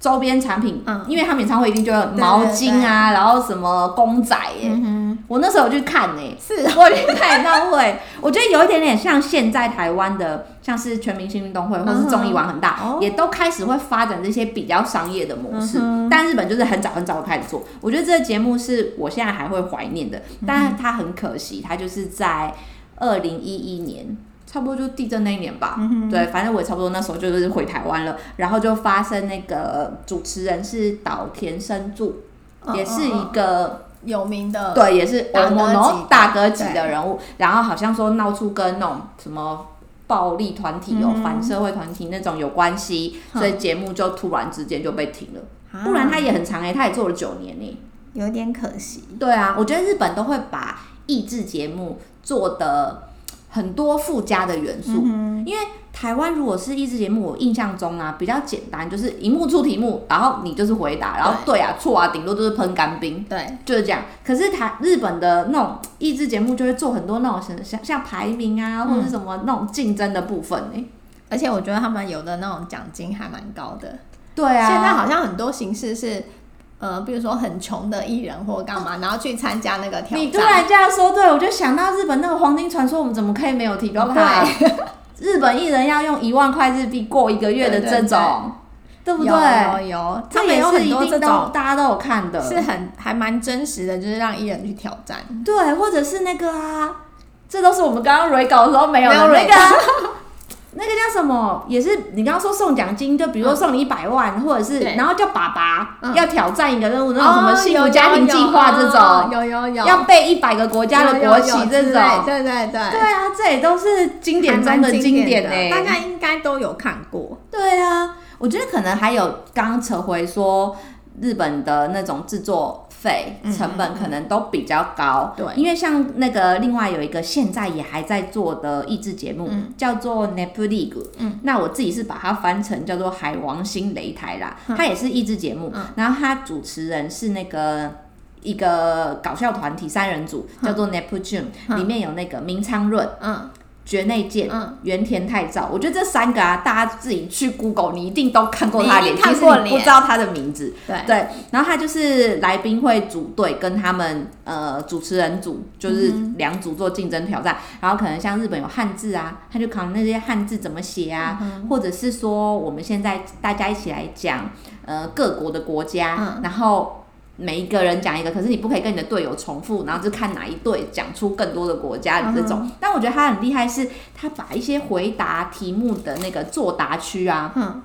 Speaker 2: 周边产品。
Speaker 1: 嗯
Speaker 2: 因为他们演唱会一定就有
Speaker 1: 对
Speaker 2: 毛巾啊，然后什么公仔耶、
Speaker 1: 嗯哼，
Speaker 2: 我那时候有去看呢、欸
Speaker 1: 是哦
Speaker 2: 我去看演唱会， <laughs> 我觉得有一点点像现在台湾的，像是全明星运动会或是综艺玩很大，
Speaker 1: 嗯哼哦
Speaker 2: 也都开始会发展这些比较商业的模式。
Speaker 1: 嗯哼
Speaker 2: 但日本就是很早很早就开始做，我觉得这个节目是我现在还会怀念的，
Speaker 1: 嗯
Speaker 2: 但它很可惜，它就是在二零一一年。差不多就地震那一年吧，
Speaker 1: 嗯哼
Speaker 2: 对，反正我也差不多那时候就是回台湾了，然后就发生那个主持人是岛田伸助，
Speaker 1: 嗯
Speaker 2: 也是
Speaker 1: 嗯
Speaker 2: 一个
Speaker 1: 有名的，
Speaker 2: 对，也是
Speaker 1: 大
Speaker 2: 欧
Speaker 1: 哥
Speaker 2: 盟
Speaker 1: 级的
Speaker 2: 大哥级
Speaker 1: 对
Speaker 2: 的人物，然后好像说闹出跟那种什么暴力团体有、
Speaker 1: 嗯
Speaker 2: 反社会团体那种有关系，所以节目就突然之间就被停了。
Speaker 1: 啊
Speaker 2: 不然他也很长哎、他也做了九年欸呢、
Speaker 1: 有点可惜。
Speaker 2: 对啊，我觉得日本都会把益智节目做的很多附加的元素。
Speaker 1: 嗯
Speaker 2: 因为台湾如果是益智节目，我印象中啊比较简单，就是荧幕出题目，然后你就是回答，然后对啊错啊，顶多就是喷干冰。
Speaker 1: 哼，对，
Speaker 2: 就是这样。可是台日本的那种益智节目就会做很多那种像像像排名啊，
Speaker 1: 嗯
Speaker 2: 或者是什么那种竞争的部分哎、
Speaker 1: 而且我觉得他们有的那种奖金还蛮高的。
Speaker 2: 对啊，
Speaker 1: 现在好像很多形式是，呃，比如说很穷的艺人或干嘛，然后去参加那个挑
Speaker 2: 你突
Speaker 1: 战。
Speaker 2: 然这样说，对我就想到日本那个黄金传说，我们怎么可以没有提到它？哦日本艺人要用一万块日币过一个月的这种，对不对？
Speaker 1: 有有有，他
Speaker 2: 这
Speaker 1: 们
Speaker 2: 也
Speaker 1: 有
Speaker 2: 是
Speaker 1: 很
Speaker 2: 一
Speaker 1: 多这
Speaker 2: 定都
Speaker 1: 种
Speaker 2: 大家都有看的，
Speaker 1: 是很还蛮真实的，就是让艺人去挑战。
Speaker 2: 对，或者是那个啊，这都是我们刚刚 re 稿的时候没有的
Speaker 1: 没有
Speaker 2: 那
Speaker 1: re
Speaker 2: 个啊、 <laughs> 那个叫什么？也是你刚刚说送奖金，就比如说送你一百万，或者是
Speaker 1: 对
Speaker 2: 然后叫爸爸、
Speaker 1: 嗯
Speaker 2: 要挑战一个任务，那种什么
Speaker 1: 哦
Speaker 2: 幸福
Speaker 1: 有
Speaker 2: 家庭
Speaker 1: 有哦
Speaker 2: 计划这种，
Speaker 1: 有有有，
Speaker 2: 要背一百个国家的国旗
Speaker 1: 有有有
Speaker 2: 这
Speaker 1: 之类
Speaker 2: 种。
Speaker 1: 对对对，
Speaker 2: 对啊，这也都是经典中的经典呢、欸
Speaker 1: 还蛮的大家应该都有看过。
Speaker 2: 对啊，我觉得可能还有刚扯回说日本的那种制作费
Speaker 1: 嗯
Speaker 2: 成本可能都比较高，
Speaker 1: 对
Speaker 2: 因为像那个另外有一个现在也还在做的益智节目、
Speaker 1: 嗯
Speaker 2: 叫做 n e p l e a g u
Speaker 1: 嗯，
Speaker 2: 那我自己是把它翻成叫做海王星擂台啦，
Speaker 1: 嗯
Speaker 2: 它也是益智节目，
Speaker 1: 嗯
Speaker 2: 然后它主持人是那个。一个搞笑团体三人组叫做 Neptune，、
Speaker 1: 嗯
Speaker 2: 里面有那个明昌润、
Speaker 1: 嗯
Speaker 2: 绝内健、
Speaker 1: 嗯，
Speaker 2: 原田太照，我觉得这三个啊，大家自己去 Google，你一定都看过他的
Speaker 1: 你一
Speaker 2: 脸，
Speaker 1: 定看
Speaker 2: 其实
Speaker 1: 过
Speaker 2: 你不
Speaker 1: 脸
Speaker 2: 知道他的名字。
Speaker 1: 对，
Speaker 2: 对，然后他就是来宾会组队跟他们呃主持人组，就是两组做竞争挑战。然后可能像日本有汉字啊，他就考那些汉字怎么写啊，或者是说我们现在大家一起来讲呃各国的国家，
Speaker 1: 嗯
Speaker 2: 然后。每一个人讲一个，可是你不可以跟你的队友重复，然后就看哪一队讲出更多的国家这种。但我觉得他很厉害是，他把一些回答题目的那个作答区啊，
Speaker 1: 嗯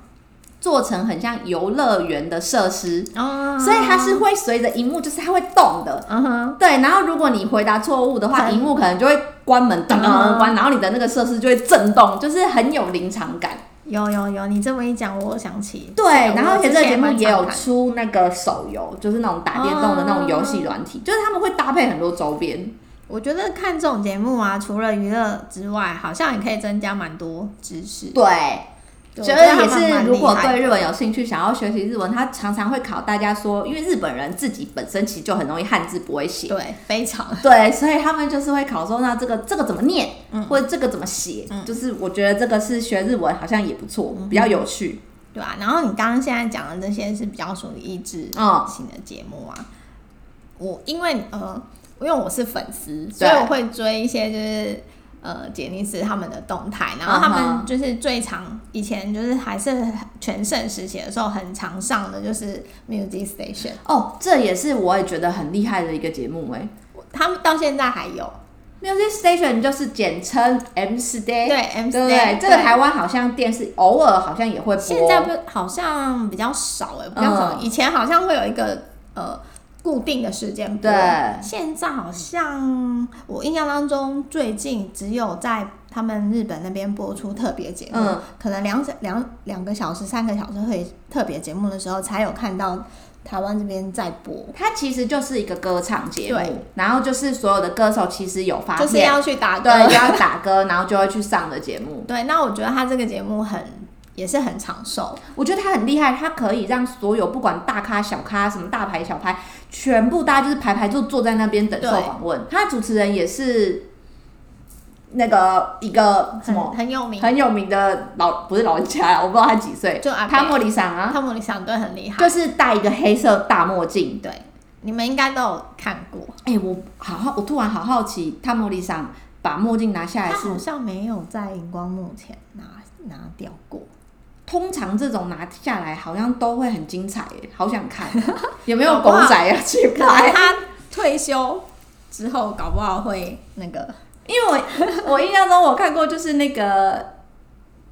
Speaker 2: 做成很像游乐园的设施，
Speaker 1: 哦，
Speaker 2: 所以它是会随着荧幕，就是它会动的。
Speaker 1: 嗯哼，
Speaker 2: 对，然后如果你回答错误的话，
Speaker 1: 嗯
Speaker 2: 荧幕可能就会关门，噔噔噔噔关，然后你的那个设施就会震动，就是很有临场感。
Speaker 1: 有有有，你这么一讲，我想起
Speaker 2: 对，然后而且这个节目也有
Speaker 1: 出。
Speaker 2: 出那个手游，就是那种打电动的那种游戏软体，就是他们会搭配很多周边。
Speaker 1: 我觉得看这种节目啊，除了娱乐之外，好像也可以增加蛮多知识。
Speaker 2: 对，
Speaker 1: 对
Speaker 2: 觉
Speaker 1: 我
Speaker 2: 得
Speaker 1: 他
Speaker 2: 也
Speaker 1: 们蛮
Speaker 2: 是，
Speaker 1: 厉
Speaker 2: 如果
Speaker 1: 害
Speaker 2: 对
Speaker 1: 的
Speaker 2: 日文有兴趣，想要学习日文，他常常会考大家说，因为日本人自己本身其实就很容易汉字不会写，
Speaker 1: 对非常
Speaker 2: <laughs> 对，所以他们就是会考说，那这个这个怎么念，
Speaker 1: 嗯
Speaker 2: 或者这个怎么写，
Speaker 1: 嗯
Speaker 2: 就是我觉得这个是学日文好像也不错，比较有趣。
Speaker 1: 对啊。然后你刚刚现在讲的这些是比较属于益智
Speaker 2: 嗯
Speaker 1: 型的节目啊。我因为呃，因为我是粉丝，所以
Speaker 2: 对
Speaker 1: 我会追一些就是呃杰尼斯他们的动态，然后他
Speaker 2: 嗯哼
Speaker 1: 们就是最常以前就是还是全盛时期的时候，很常上的就是 Music Station，
Speaker 2: 哦，这也是我也觉得很厉害的一个节目哎、
Speaker 1: 他们到现在还有
Speaker 2: Music Station 就是简称 M Stay，
Speaker 1: 对
Speaker 2: 对
Speaker 1: M
Speaker 2: 不对？这个台湾好像电视偶尔好像也会播，
Speaker 1: 现在不好像比较少哎、比较少。
Speaker 2: 嗯
Speaker 1: 以前好像会有一个呃固定的时间播
Speaker 2: 对
Speaker 1: 现在好像我印象当中最近只有在他们日本那边播出特别节目，
Speaker 2: 嗯
Speaker 1: 可能两两两个小时、三个小时会特别节目的时候，才有看到台湾这边在播，
Speaker 2: 它其实就是一个歌唱节
Speaker 1: 对
Speaker 2: 目，然后就是所有的歌手其实有发
Speaker 1: 就是
Speaker 2: 现，
Speaker 1: 要去打歌。
Speaker 2: 对，就要打歌，然后就会去上的节目。
Speaker 1: 对，那我觉得他这个节目很也是很长寿，
Speaker 2: 我觉得他很厉害，他可以让所有不管大咖、小咖、什么大牌、小牌，全部大家就是排排坐坐在那边等受
Speaker 1: 对
Speaker 2: 访问。他的主持人也是那个一个什
Speaker 1: 很
Speaker 2: 么
Speaker 1: 很有名。
Speaker 2: 很有名的老，不是老人家，我不知道他几岁，
Speaker 1: 就阿伯
Speaker 2: 汤莫里桑啊，
Speaker 1: 汤姆·里桑顿很厉害，
Speaker 2: 就是戴一个黑色大墨镜。
Speaker 1: 对，你们应该都有看过。
Speaker 2: 哎、我好好，我突然好好奇，汤莫里桑把墨镜拿下来
Speaker 1: 他
Speaker 2: 是
Speaker 1: 好像没有在荧光幕前拿拿掉 <laughs> 过，
Speaker 2: <laughs> 通常这种拿下来好像都会很精彩耶，好想 <laughs> 看，有没
Speaker 1: 搞
Speaker 2: 有
Speaker 1: 不好
Speaker 2: 狗仔要去
Speaker 1: 可能
Speaker 2: 拍？
Speaker 1: 他退休之后搞不好会那个，
Speaker 2: 因为我我印象中我看过就是那个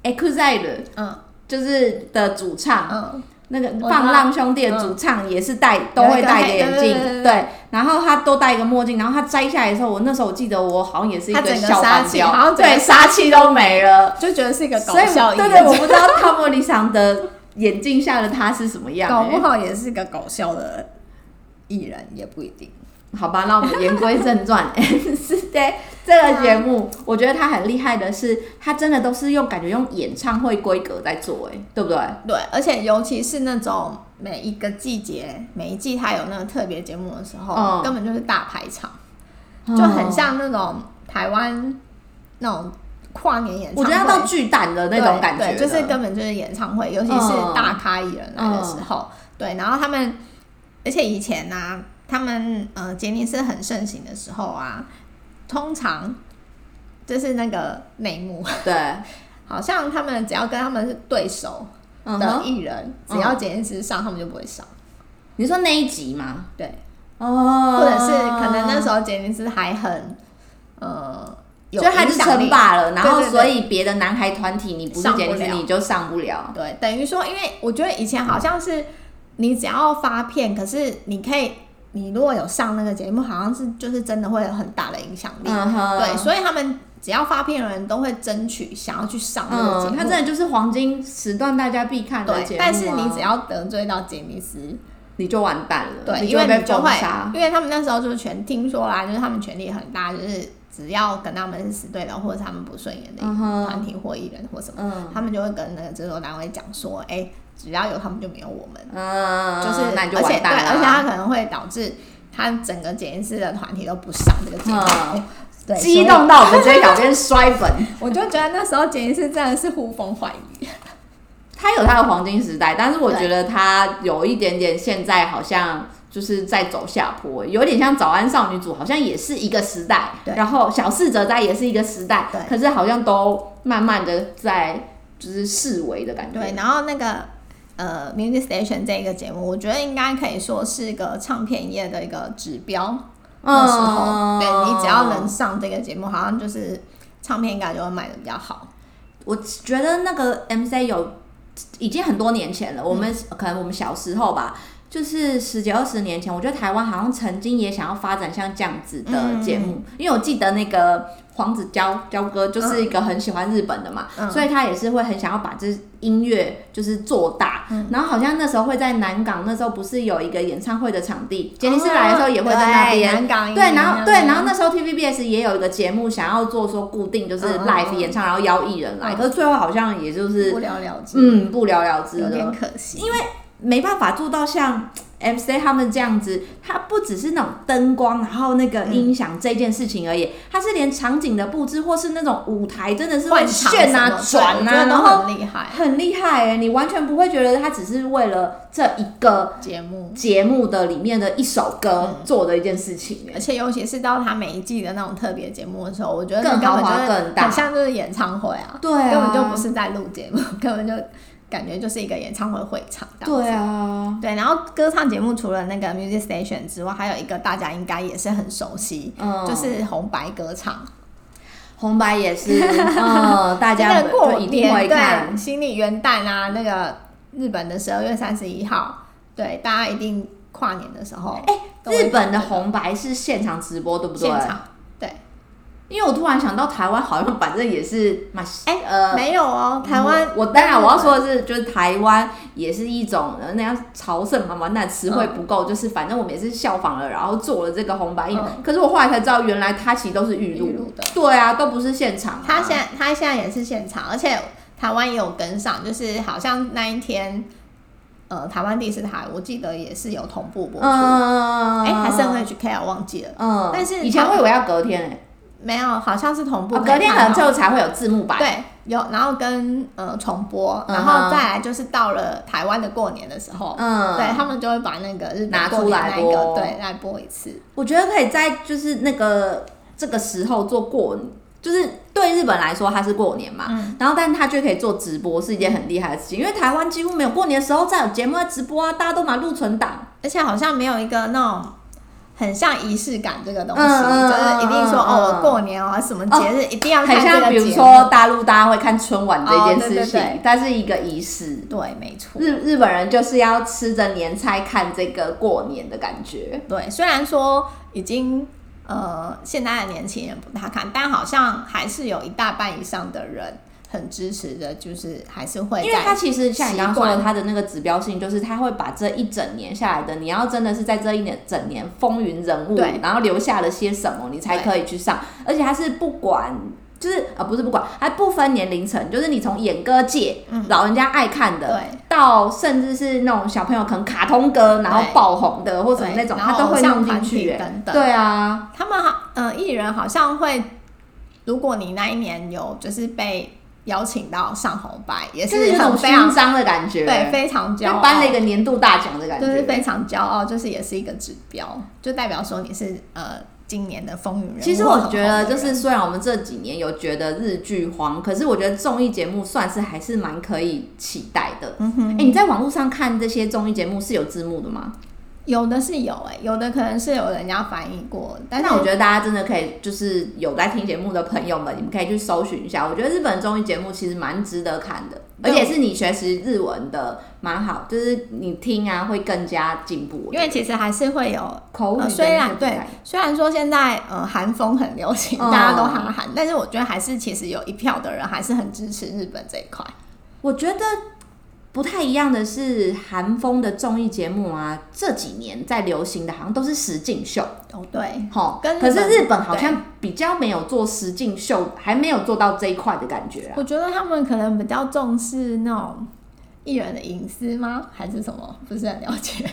Speaker 2: EXILE
Speaker 1: 嗯
Speaker 2: 就是的主唱，
Speaker 1: 嗯，
Speaker 2: 那个
Speaker 1: 知道
Speaker 2: 放浪兄弟的主唱也是戴、都会戴着眼
Speaker 1: 有一个
Speaker 2: 镜
Speaker 1: 黑对对对对，
Speaker 2: 对，然后他都戴一个墨镜，然后他摘下来的时候，我那时候我记得我好像也是一
Speaker 1: 他整个
Speaker 2: 笑
Speaker 1: 杀
Speaker 2: 翻
Speaker 1: 气
Speaker 2: 掉，
Speaker 1: 好像整个
Speaker 2: 对，杀气都没
Speaker 1: <laughs>
Speaker 2: 了。
Speaker 1: 就觉得是一个搞
Speaker 2: 所以
Speaker 1: 笑艺
Speaker 2: 对对，我
Speaker 1: 人，
Speaker 2: 不知道汤姆里桑的眼镜下的他是什么样、
Speaker 1: 搞不
Speaker 2: 欸。
Speaker 1: 好也是个搞笑的艺人，也不一定。
Speaker 2: 好吧，那我们言归
Speaker 1: <laughs>
Speaker 2: 正传，是的，这个节目我觉得他很厉害的是，他真的都是用感觉用演唱会规格在做、欸，哎，对不对？
Speaker 1: 对，而且尤其是那种每一个季节、每一季它有那个特别节目的时候，
Speaker 2: 嗯
Speaker 1: 根本就是大排场，就很
Speaker 2: 哦。
Speaker 1: 像那种台湾那种跨年演唱会。
Speaker 2: 我觉得要到巨蛋的那种感觉
Speaker 1: 对，对就是
Speaker 2: 的
Speaker 1: 根本就是演唱会，尤其是大咖艺人来的时候，
Speaker 2: 嗯
Speaker 1: 对，然后他们，而且以前呢、啊，他们呃杰尼斯很盛行的时候啊，通常就是那个内幕， <laughs>
Speaker 2: 对，
Speaker 1: 好像他们只要跟他们是对手
Speaker 2: 嗯
Speaker 1: 的
Speaker 2: 哼，
Speaker 1: 艺人，只要杰尼斯上，他们就不会上，
Speaker 2: 你说那一集吗？
Speaker 1: 对，
Speaker 2: 哦
Speaker 1: 或者是可能那时候杰尼斯还很呃有
Speaker 2: 就他
Speaker 1: 影
Speaker 2: 就
Speaker 1: 响
Speaker 2: 称
Speaker 1: 力。
Speaker 2: 霸了，然后
Speaker 1: 对对对
Speaker 2: 所以别的男孩团体你不是
Speaker 1: 上不
Speaker 2: 杰尼斯
Speaker 1: 了
Speaker 2: 你就上不了，
Speaker 1: 对，等于说，因为我觉得以前好像是你只要发片，可是你可以，你如果有上那个节目，好像是就是真的会有很大的影响力。
Speaker 2: 嗯哼，
Speaker 1: 对，所以他们只要发片的人都会争取想要去上那个节
Speaker 2: 嗯，
Speaker 1: 目。
Speaker 2: 它真的就是黄金时段大家必看的
Speaker 1: 对，
Speaker 2: 节目、啊，
Speaker 1: 但是你只要得罪到杰尼斯，
Speaker 2: 你就完蛋了，
Speaker 1: 对，
Speaker 2: 你
Speaker 1: 因
Speaker 2: 就
Speaker 1: 为
Speaker 2: 会被
Speaker 1: 你就
Speaker 2: 封
Speaker 1: 会
Speaker 2: 杀，，
Speaker 1: 因为他们那时候就是全听说啦，就是他们权力很大，就是只要跟他们是死对头，或者是他们不顺眼的
Speaker 2: 嗯哼
Speaker 1: 团体或艺人或什么，
Speaker 2: 嗯
Speaker 1: 他们就会跟那个制作单位讲说，哎、只要有他们就没有我们。
Speaker 2: 嗯，
Speaker 1: 哦就是
Speaker 2: 那你就
Speaker 1: 而且
Speaker 2: 完
Speaker 1: 对，
Speaker 2: 蛋了啊，
Speaker 1: 而且它可能会导致他整个检验师的团体都不上这个节目。
Speaker 2: 嗯
Speaker 1: 对，
Speaker 2: 激
Speaker 1: 所
Speaker 2: 动到我们
Speaker 1: <laughs>
Speaker 2: 这些小编摔本
Speaker 1: 以，我就觉得那时候检验师真的是呼风唤雨。
Speaker 2: 他有他的黄金时代，但是我觉得他有一点点现在好像。就是在走下坡，有点像《早安少女组》，好像也是一个时代，
Speaker 1: 对
Speaker 2: 然后《小四哲哉》也是一个时代
Speaker 1: 对，
Speaker 2: 可是好像都慢慢的在就是式微的感觉。嗯
Speaker 1: 对，然后那个呃，Music Station 这个节目，我觉得应该可以说是一个唱片业的一个指标。那时候，
Speaker 2: 嗯
Speaker 1: 对你只要能上这个节目，好像就是唱片应该就会卖的比较好。
Speaker 2: 我觉得那个 MC 有已经很多年前了，我们、
Speaker 1: 嗯
Speaker 2: 可能我们小时候吧，就是十几二十年前，我觉得台湾好像曾经也想要发展像这样子的节
Speaker 1: 嗯
Speaker 2: 目，因为我记得那个黄子佼佼哥就是一个很喜欢日本的嘛，
Speaker 1: 嗯
Speaker 2: 所以他也是会很想要把这音乐就是做大，
Speaker 1: 嗯
Speaker 2: 然后好像那时候会在南港，那时候不是有一个演唱会的场地，
Speaker 1: 哦
Speaker 2: 杰尼斯来的时候也会在那边，
Speaker 1: 对南港
Speaker 2: 对，然后对，然后
Speaker 1: 呢？
Speaker 2: 那时候 TVBS 也有一个节目想要做说固定就是
Speaker 1: 嗯嗯
Speaker 2: live
Speaker 1: 嗯
Speaker 2: 演唱，然后邀艺人来，
Speaker 1: 嗯
Speaker 2: 可是最后好像也就是
Speaker 1: 不了了之，
Speaker 2: 嗯不了了之
Speaker 1: 有点
Speaker 2: 了，
Speaker 1: 可惜。
Speaker 2: 因为没办法做到像 MC 他们这样子，它不只是那种灯光，然后那个音响这件事情而
Speaker 1: 嗯
Speaker 2: 已，它是连场景的布置或是那种舞台真的是会
Speaker 1: 换场
Speaker 2: 炫
Speaker 1: 什
Speaker 2: 啊
Speaker 1: 么
Speaker 2: 转
Speaker 1: 对我
Speaker 2: 啊，
Speaker 1: 觉得
Speaker 2: 然
Speaker 1: 都
Speaker 2: 后
Speaker 1: 很厉害。
Speaker 2: 很厉害哎、你完全不会觉得它只是为了这一个
Speaker 1: 节目，
Speaker 2: 节目的里面的一首歌
Speaker 1: 嗯
Speaker 2: 做的一件事情哎、
Speaker 1: 而且尤其是到他每一季的那种特别节目的时候，我觉得
Speaker 2: 更
Speaker 1: 那根
Speaker 2: 豪
Speaker 1: 本
Speaker 2: 华
Speaker 1: 就是
Speaker 2: 更大
Speaker 1: 很像就是演唱会啊，
Speaker 2: 对啊
Speaker 1: 根本就不是在录节目， <laughs> 根本就感觉就是一个演唱会会场这样子。
Speaker 2: 对啊，
Speaker 1: 对，然后歌唱节目除了那个 Music Station 之外，还有一个大家应该也是很熟悉，
Speaker 2: 嗯
Speaker 1: 就是红白歌唱，
Speaker 2: 红白
Speaker 1: <laughs>
Speaker 2: 也是，嗯，大家
Speaker 1: 那个过
Speaker 2: 就一定会
Speaker 1: 年
Speaker 2: 看
Speaker 1: 对，。新历元旦啊，那个日本的十二月三十一号，对，大家一定跨年的时候，哎、
Speaker 2: 日本的红白是现场直播，对不对？
Speaker 1: 现场，对，
Speaker 2: 因为我突然想到，台湾好像反正也是蛮
Speaker 1: 哎
Speaker 2: <laughs> 呃，
Speaker 1: 没有哦，台湾
Speaker 2: 我当然我要说的是，就是台湾也是一种呃那样朝圣嘛嘛，那词汇不够，就是反正我们也是效仿了，然后做了这个红白印。
Speaker 1: 嗯
Speaker 2: 可是我后来才知道，原来它其实都是预
Speaker 1: 预
Speaker 2: 录，
Speaker 1: 录的，
Speaker 2: 对啊，都不是现场、啊。
Speaker 1: 他现在他现在也是现场，而且台湾也有跟上，就是好像那一天，呃，台湾第四台我记得也是有同步播出，哎、
Speaker 2: 嗯，
Speaker 1: 还是 NHK 我啊忘记了，
Speaker 2: 嗯，
Speaker 1: 但是
Speaker 2: 以前
Speaker 1: 他
Speaker 2: 我以为要隔天诶、
Speaker 1: 没有，好像是同步、
Speaker 2: 哦隔天可
Speaker 1: 很
Speaker 2: 能最后才会有字幕版。
Speaker 1: 对，有，然后跟呃重播，
Speaker 2: 嗯哼
Speaker 1: 然后再来就是到了台湾的过年的时候，
Speaker 2: 嗯，
Speaker 1: 对他们就会把那个日本
Speaker 2: 拿
Speaker 1: 过
Speaker 2: 出
Speaker 1: 年
Speaker 2: 来
Speaker 1: 那一个
Speaker 2: 播
Speaker 1: 对来播一次，
Speaker 2: 我觉得可以在就是那个这个时候做过，就是对日本来说它是过年嘛，
Speaker 1: 嗯
Speaker 2: 然后但它却可以做直播，是一件很厉害的事情，因为台湾几乎没有过年的时候再有节目在直播啊，大家都拿录存档，
Speaker 1: 而且好像没有一个那种。很像仪式感这个东西，
Speaker 2: 嗯嗯
Speaker 1: 就是一定说、
Speaker 2: 嗯嗯
Speaker 1: 哦，过年啊，什么节日、一定要看
Speaker 2: 很
Speaker 1: 这
Speaker 2: 像
Speaker 1: 个
Speaker 2: 比如
Speaker 1: 节目。
Speaker 2: 说大陆大家会看春晚这件
Speaker 1: 哦对对
Speaker 2: 事情，
Speaker 1: 对
Speaker 2: 它是一个仪式。
Speaker 1: 对，没错。
Speaker 2: 日日本人就是要吃着年菜看这个过年的感觉，
Speaker 1: 对，虽然说已经呃，现在的年轻人不大看，但好像还是有一大半以上的人很支持的，就是还是会
Speaker 2: 因为它
Speaker 1: 在
Speaker 2: 其实像你刚刚
Speaker 1: 习
Speaker 2: 说的，
Speaker 1: 惯
Speaker 2: 它的那个指标性就是它会把这一整年下来的，你要真的是在这一年整年风云人物
Speaker 1: 对，
Speaker 2: 然后留下了些什么，你才
Speaker 1: 对
Speaker 2: 可以去上。而且它是不管，就是呃不是不管，它不分年龄层，就是你从演歌界、老人家爱看的，
Speaker 1: 嗯对
Speaker 2: 到甚至是那种小朋友可能卡通歌然后
Speaker 1: 对
Speaker 2: 爆红的或什么
Speaker 1: 对
Speaker 2: 那种，
Speaker 1: 然后
Speaker 2: 它都
Speaker 1: 偶
Speaker 2: 会
Speaker 1: 像
Speaker 2: 弄进
Speaker 1: 团体
Speaker 2: 去。哎
Speaker 1: 等等。
Speaker 2: 对啊，
Speaker 1: 他们好，呃，艺人好像会，如果你那一年有就是被邀请到上红白，也
Speaker 2: 就是有
Speaker 1: 很
Speaker 2: 种
Speaker 1: 非常
Speaker 2: 勋章的感觉，
Speaker 1: 对，非常骄
Speaker 2: 就
Speaker 1: 傲，
Speaker 2: 颁了一个年度大奖的感
Speaker 1: 就是
Speaker 2: 觉。
Speaker 1: 非常骄傲，就是也是一个指标，就代表说你是呃今年的风云人物。
Speaker 2: 其实我觉得，就
Speaker 1: 很红的
Speaker 2: 是
Speaker 1: 人
Speaker 2: 虽然我们这几年有觉得日剧荒，可是我觉得综艺节目算是还是蛮可以期待的。
Speaker 1: 嗯哼
Speaker 2: 哎、你在网络上看这些综艺节目是有字幕的吗？
Speaker 1: 有的是有哎、有的可能是有人家翻译过，但是
Speaker 2: 那我觉得大家真的可以，就是有在听节目的朋友们，你们可以去搜寻一下。我觉得日本综艺节目其实蛮值得看的，而
Speaker 1: 对
Speaker 2: 且是你学习日文的蛮好，就是你听啊会更加进步。
Speaker 1: 因为其实还是会有。
Speaker 2: 口语、
Speaker 1: 呃、虽然对，虽然说现在呃韩风很流行，
Speaker 2: 嗯
Speaker 1: 大家都哈韩，但是我觉得还是其实有一票的人还是很支持日本这一块。
Speaker 2: 我觉得不太一样的是，韩风的综艺节目啊，这几年在流行的好像都是实境秀，
Speaker 1: 哦，对，
Speaker 2: 哈。
Speaker 1: 跟日
Speaker 2: 可
Speaker 1: 本
Speaker 2: 是日本好像比较没有做实境秀，还没有做到这一块的感觉啊。
Speaker 1: 我觉得他们可能比较重视那种艺人的隐私吗？还是什么？不是很了解，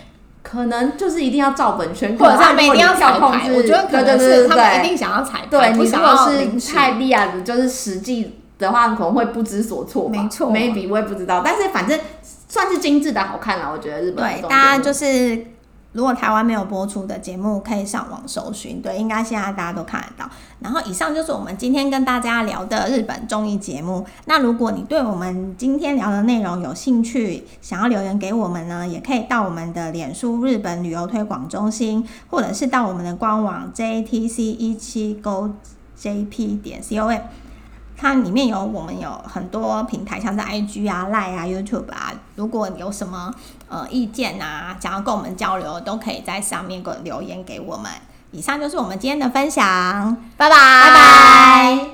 Speaker 2: 可能就是一定要照本宣科，
Speaker 1: 或者他们一定要
Speaker 2: 小
Speaker 1: 彩
Speaker 2: 控
Speaker 1: 排。
Speaker 2: 制，
Speaker 1: 我觉得可
Speaker 2: 对
Speaker 1: 能
Speaker 2: 对对
Speaker 1: 是
Speaker 2: 对
Speaker 1: 他们一
Speaker 2: 对
Speaker 1: 定想要彩排，
Speaker 2: 对
Speaker 1: 不
Speaker 2: 你如
Speaker 1: 想
Speaker 2: 果
Speaker 1: 要临
Speaker 2: 是
Speaker 1: 时
Speaker 2: 太厉害的，就是实际的话，可能会不知所措吧。
Speaker 1: 没错
Speaker 2: ，maybe 我也不知道，但是反正算是精致的好看啦，我觉得日本的
Speaker 1: 对，
Speaker 2: 综艺
Speaker 1: 大
Speaker 2: 节
Speaker 1: 家
Speaker 2: 目
Speaker 1: 就是如果台湾没有播出的节目，可以上网搜寻。对，应该现在大家都看得到。然后以上就是我们今天跟大家聊的日本综艺节目。那如果你对我们今天聊的内容有兴趣，想要留言给我们呢，也可以到我们的脸书日本旅游推广中心，或者是到我们的官网 JTC 一七 Go JP 点 com。它里面有我们有很多平台，像是 IG 啊、Line 啊、YouTube 啊。如果有什么呃意见啊，想要跟我们交流，都可以在上面给我留言给我们。以上就是我们今天的分享，
Speaker 2: 拜拜
Speaker 1: 拜拜。